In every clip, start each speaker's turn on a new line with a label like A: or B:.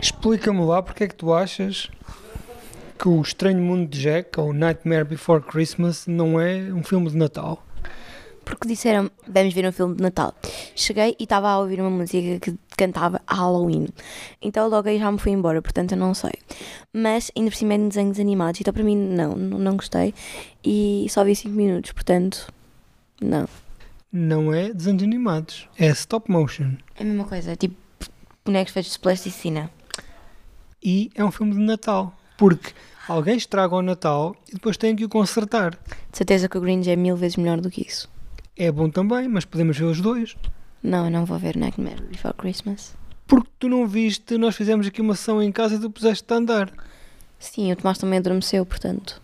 A: Explica-me lá porque é que tu achas que o Estranho Mundo de Jack ou Nightmare Before Christmas não é um filme de Natal.
B: Porque disseram, vamos ver um filme de Natal. Cheguei e estava a ouvir uma música que cantava Halloween. Então logo aí já me fui embora, portanto eu não sei. Mas ainda por cima é de desenhos animados, então para mim não, não, não gostei. E só vi 5 minutos, portanto, não.
A: Não é desenhos animados, é stop motion.
C: É a mesma coisa, tipo bonecos feitos de plasticina.
A: E é um filme de Natal, porque alguém estraga o Natal e depois tem que o consertar.
B: De certeza que o Grinch é mil vezes melhor do que isso.
A: É bom também, mas podemos ver os dois.
B: Não, eu não vou ver Nightmare Before Christmas.
A: Porque tu não viste, nós fizemos aqui uma sessão em casa e tu puseste-te a andar.
B: Sim, o Tomás também adormeceu, portanto.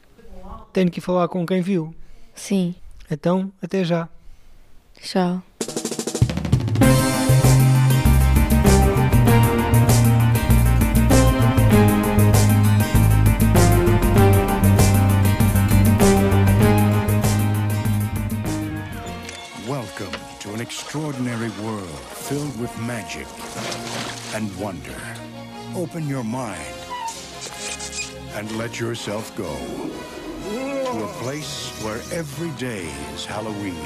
A: Tenho que ir falar com quem viu.
B: Sim,
A: Então, até já.
B: tchau.
D: Welcome to an extraordinary world filled with magic and wonder. Open your mind and let yourself go to a place where every day is Halloween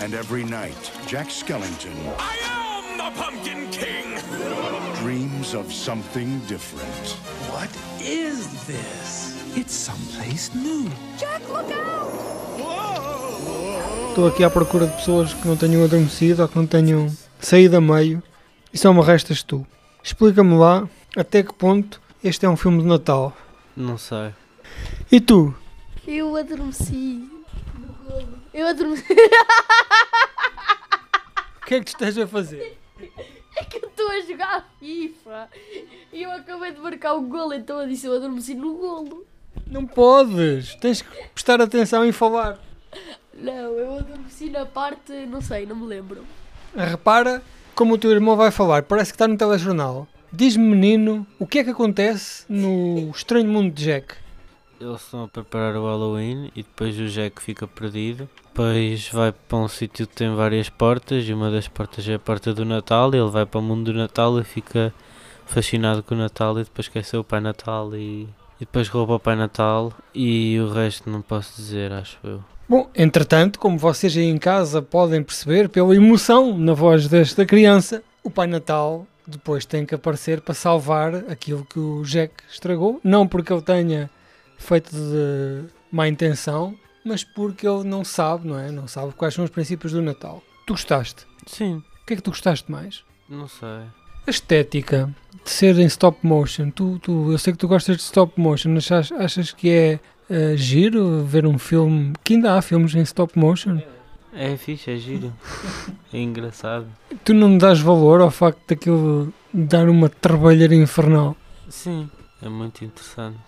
D: and every night Jack Skellington
E: I am the Pumpkin King!
D: dreams of something different.
F: What is this? It's someplace new.
A: Estou aqui à procura de pessoas que não tenham adormecido ou que não tenham saído a meio e só me restas tu. Explica-me lá até que ponto este é um filme de Natal.
G: Não sei.
A: E tu?
H: Eu adormeci. Eu adormeci.
A: O que é que tu estás a fazer?
H: É que eu estou a jogar FIFA. E eu acabei de marcar o golo, então eu disse eu adormeci no golo.
A: Não podes! Tens que prestar atenção e falar.
H: Não, eu adormeci na parte, não sei, não me lembro.
A: Repara como o teu irmão vai falar, parece que está no telejornal. Diz-me, menino, o que é que acontece no Estranho Mundo de Jack?
G: Eles estão a preparar o Halloween e depois o Jack fica perdido. Depois vai para um sítio que tem várias portas e uma das portas é a porta do Natal. E ele vai para o mundo do Natal e fica fascinado com o Natal e depois esqueceu o Pai Natal e, e depois rouba o Pai Natal. E o resto não posso dizer, acho eu.
A: Bom, entretanto, como vocês aí em casa podem perceber pela emoção na voz desta criança, o Pai Natal depois tem que aparecer para salvar aquilo que o Jack estragou. Não porque ele tenha feito de má intenção, mas porque ele não sabe, não é? Não sabe quais são os princípios do Natal. Tu gostaste?
G: Sim,
A: O que é que tu gostaste mais?
G: não sei.
A: A estética de ser em stop motion. Tu, tu, eu sei que tu gostas de stop motion, mas achas, achas que é eh, giro ver um filme? Que ainda há filmes em stop motion?
G: É fixe, é giro. É engraçado.
A: Tu não dás valor ao facto daquilo dar uma trabalheira infernal.
G: Sim, é muito interessante.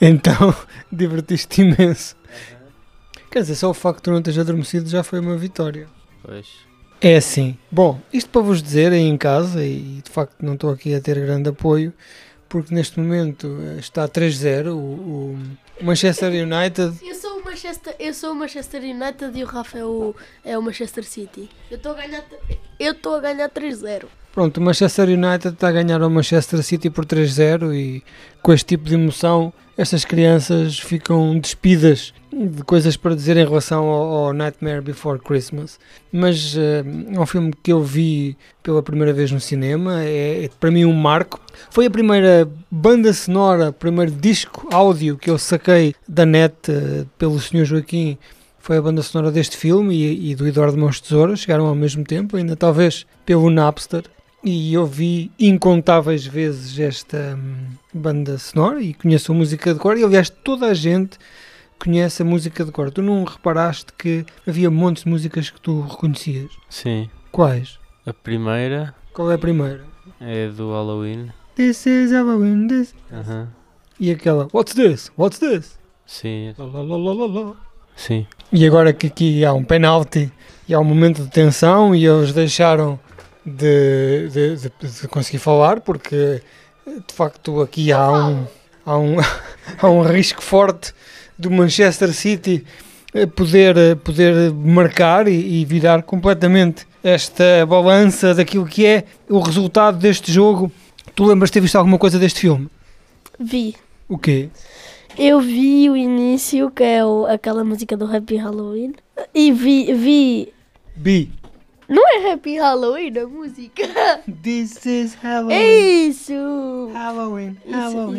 A: Então, divertiste imenso. Quer dizer, só o facto de tu não teres adormecido já foi uma vitória.
G: Pois.
A: É assim. Bom, isto para vos dizer aí em casa, e de facto não estou aqui a ter grande apoio, porque neste momento eh, está 3-0 o, o Manchester United.
H: Eu sou o Manchester, eu sou o Manchester United e o Rafa é o, é o Manchester City. Eu estou a ganhar, eu estou a ganhar 3-0.
A: Pronto, o Manchester United está a ganhar ao Manchester City por 3-0 e com este tipo de emoção estas crianças ficam despidas de coisas para dizer em relação ao, ao Nightmare Before Christmas. Mas eh, é um filme que eu vi pela primeira vez no cinema, é, é para mim um marco. Foi a primeira banda sonora, o primeiro disco áudio que eu saquei da net eh, pelo Sr. Joaquim foi a banda sonora deste filme e, e do Eduardo Mãos de Tesoura, chegaram ao mesmo tempo, ainda talvez pelo Napster. E eu vi incontáveis vezes esta hum, banda sonora e conheço a música de cor. E aliás, toda a gente conhece a música de cor. Tu não reparaste que havia montes de músicas que tu reconhecias?
G: Sim.
A: Quais?
G: A primeira
A: Qual é a primeira?
G: é do Halloween.
A: This is Halloween, this.
G: Aham.
A: E aquela What's this? What's this?
G: Sim,
A: Lá, lá, lá, lá, lá, lá.
G: sim.
A: E agora que aqui há um penalti e há um momento de tensão e eles deixaram de, de- de- de conseguir falar porque de facto aqui há um, há um, há um risco forte do Manchester City eh, poder, eh, poder marcar e, e virar completamente esta balança daquilo que é o resultado deste jogo Tu lembras de ter visto alguma coisa deste filme?
H: Vi.
A: O quê?
H: Eu vi o início, que é o- aquela música do Happy Halloween. E vi, vi.
A: Bi.
H: Não é Happy Halloween a música?
A: This is
H: É
A: Halloween.
H: isso!
A: Halloween.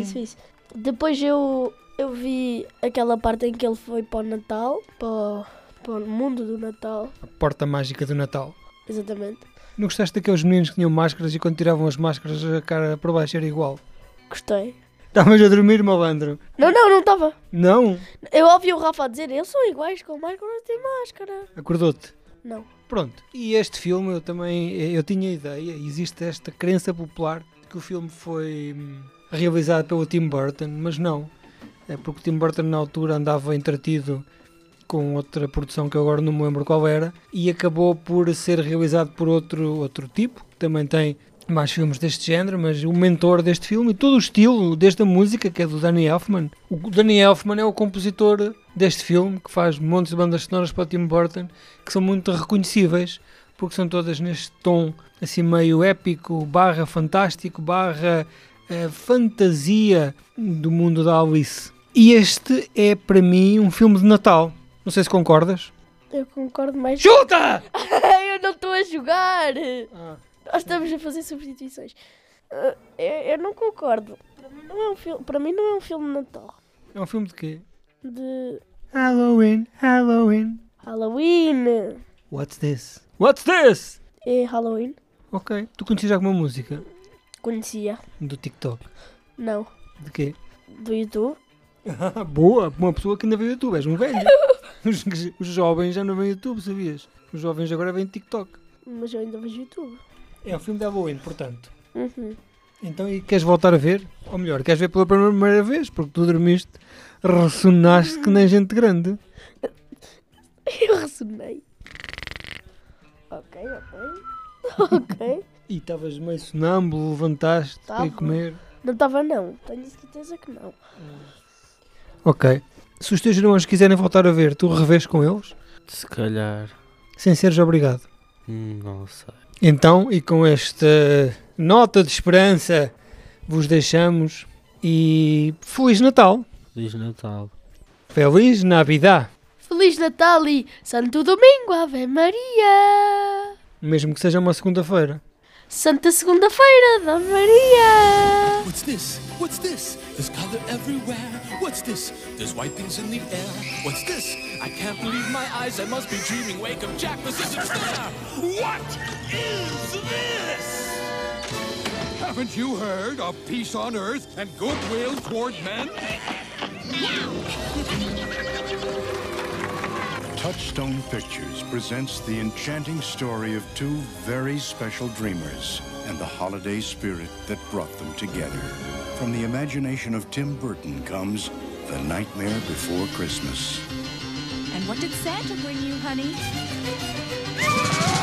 H: Isso, isso, isso. Depois eu, eu vi aquela parte em que ele foi para o Natal, para, o- para o mundo do Natal,
A: A porta mágica do Natal.
H: exatamente.
A: Não gostaste daqueles meninos que tinham máscaras e quando tiravam as máscaras a cara para baixo era igual?
H: Gostei.
A: Estavas a dormir, malandro?
H: Não, não, não estava.
A: Não?
H: Eu ouvi o Rafa dizer, eles são iguais com o Michael, não tem máscara.
A: Acordou-te?
H: Não.
A: Pronto. E este filme eu também eu tinha ideia, existe esta crença popular que o filme foi hum, realizado pelo Tim Burton, mas não. É porque o Tim Burton na altura andava entretido com outra produção que eu agora não me lembro qual era e acabou por ser realizado por outro outro tipo, que também tem mais filmes deste género, mas o mentor deste filme e todo o estilo, desde a música, que é do Danny Elfman. O Danny Elfman é o compositor deste filme, que faz montes de bandas sonoras para o Tim Burton, que são muito reconhecíveis, porque são todas neste tom assim meio épico, barra fantástico, barra eh, fantasia do mundo da Alice. E este é, para mim, um filme de Natal. Não sei se concordas.
H: Eu concordo mais.
A: Chuta!
H: eu não estou a jogar!
A: Ah.
H: Nós estamos a fazer substituições. Ah, eu, eu não concordo. Para mim não é um filme, para mim não é um filme de Natal.
A: É um filme de quê?
H: De
A: Halloween, Halloween.
H: Halloween.
A: What's this? What's this?
H: É Halloween.
A: Ok. Tu conheces alguma música
H: Conhecia.
A: do TikTok?
H: Não.
A: De quê?
H: Do YouTube.
A: Ah, boa, uma pessoa que ainda vê YouTube, és um velho. os, os jovens já não veem YouTube, sabias? Os jovens agora veem TikTok.
H: Mas eu ainda vejo YouTube.
A: É o filme da Halloween, portanto.
H: Uhum.
A: Então, e queres voltar a ver? Ou melhor, queres ver pela primeira vez? Porque tu dormiste, ressonaste que nem gente grande.
H: Eu ressonei. Ok, ok. ok.
A: E estavas meio sonâmbulo, levantaste,
H: Tava.
A: foi comer.
H: Não estava não. Tenho certeza que não.
A: Ok. Se os teus irmãos quiserem voltar a ver, tu revês com eles?
G: Se calhar.
A: Sem seres obrigado.
G: hum, Não sei.
A: Então, e com esta nota de esperança, vos deixamos. E Feliz Natal!
G: Feliz Natal.
A: Feliz Navidad!
H: Feliz Natal e Santo Domingo, Ave Maria!
A: Mesmo que seja uma segunda-feira.
H: Santa Segunda-feira da Maria!
F: What's this? What's this? There's color everywhere. What's this? There's white things in the air. What's this? I can't believe my eyes. I must be dreaming. Wake up, Jack. This isn't fair.
E: What is this?
D: Haven't you heard of peace on earth and goodwill toward men? Touchstone Pictures presents the enchanting story of two very special dreamers and the holiday spirit that brought them together. From the imagination of Tim Burton comes The Nightmare Before Christmas.
I: And what did Santa bring you, honey?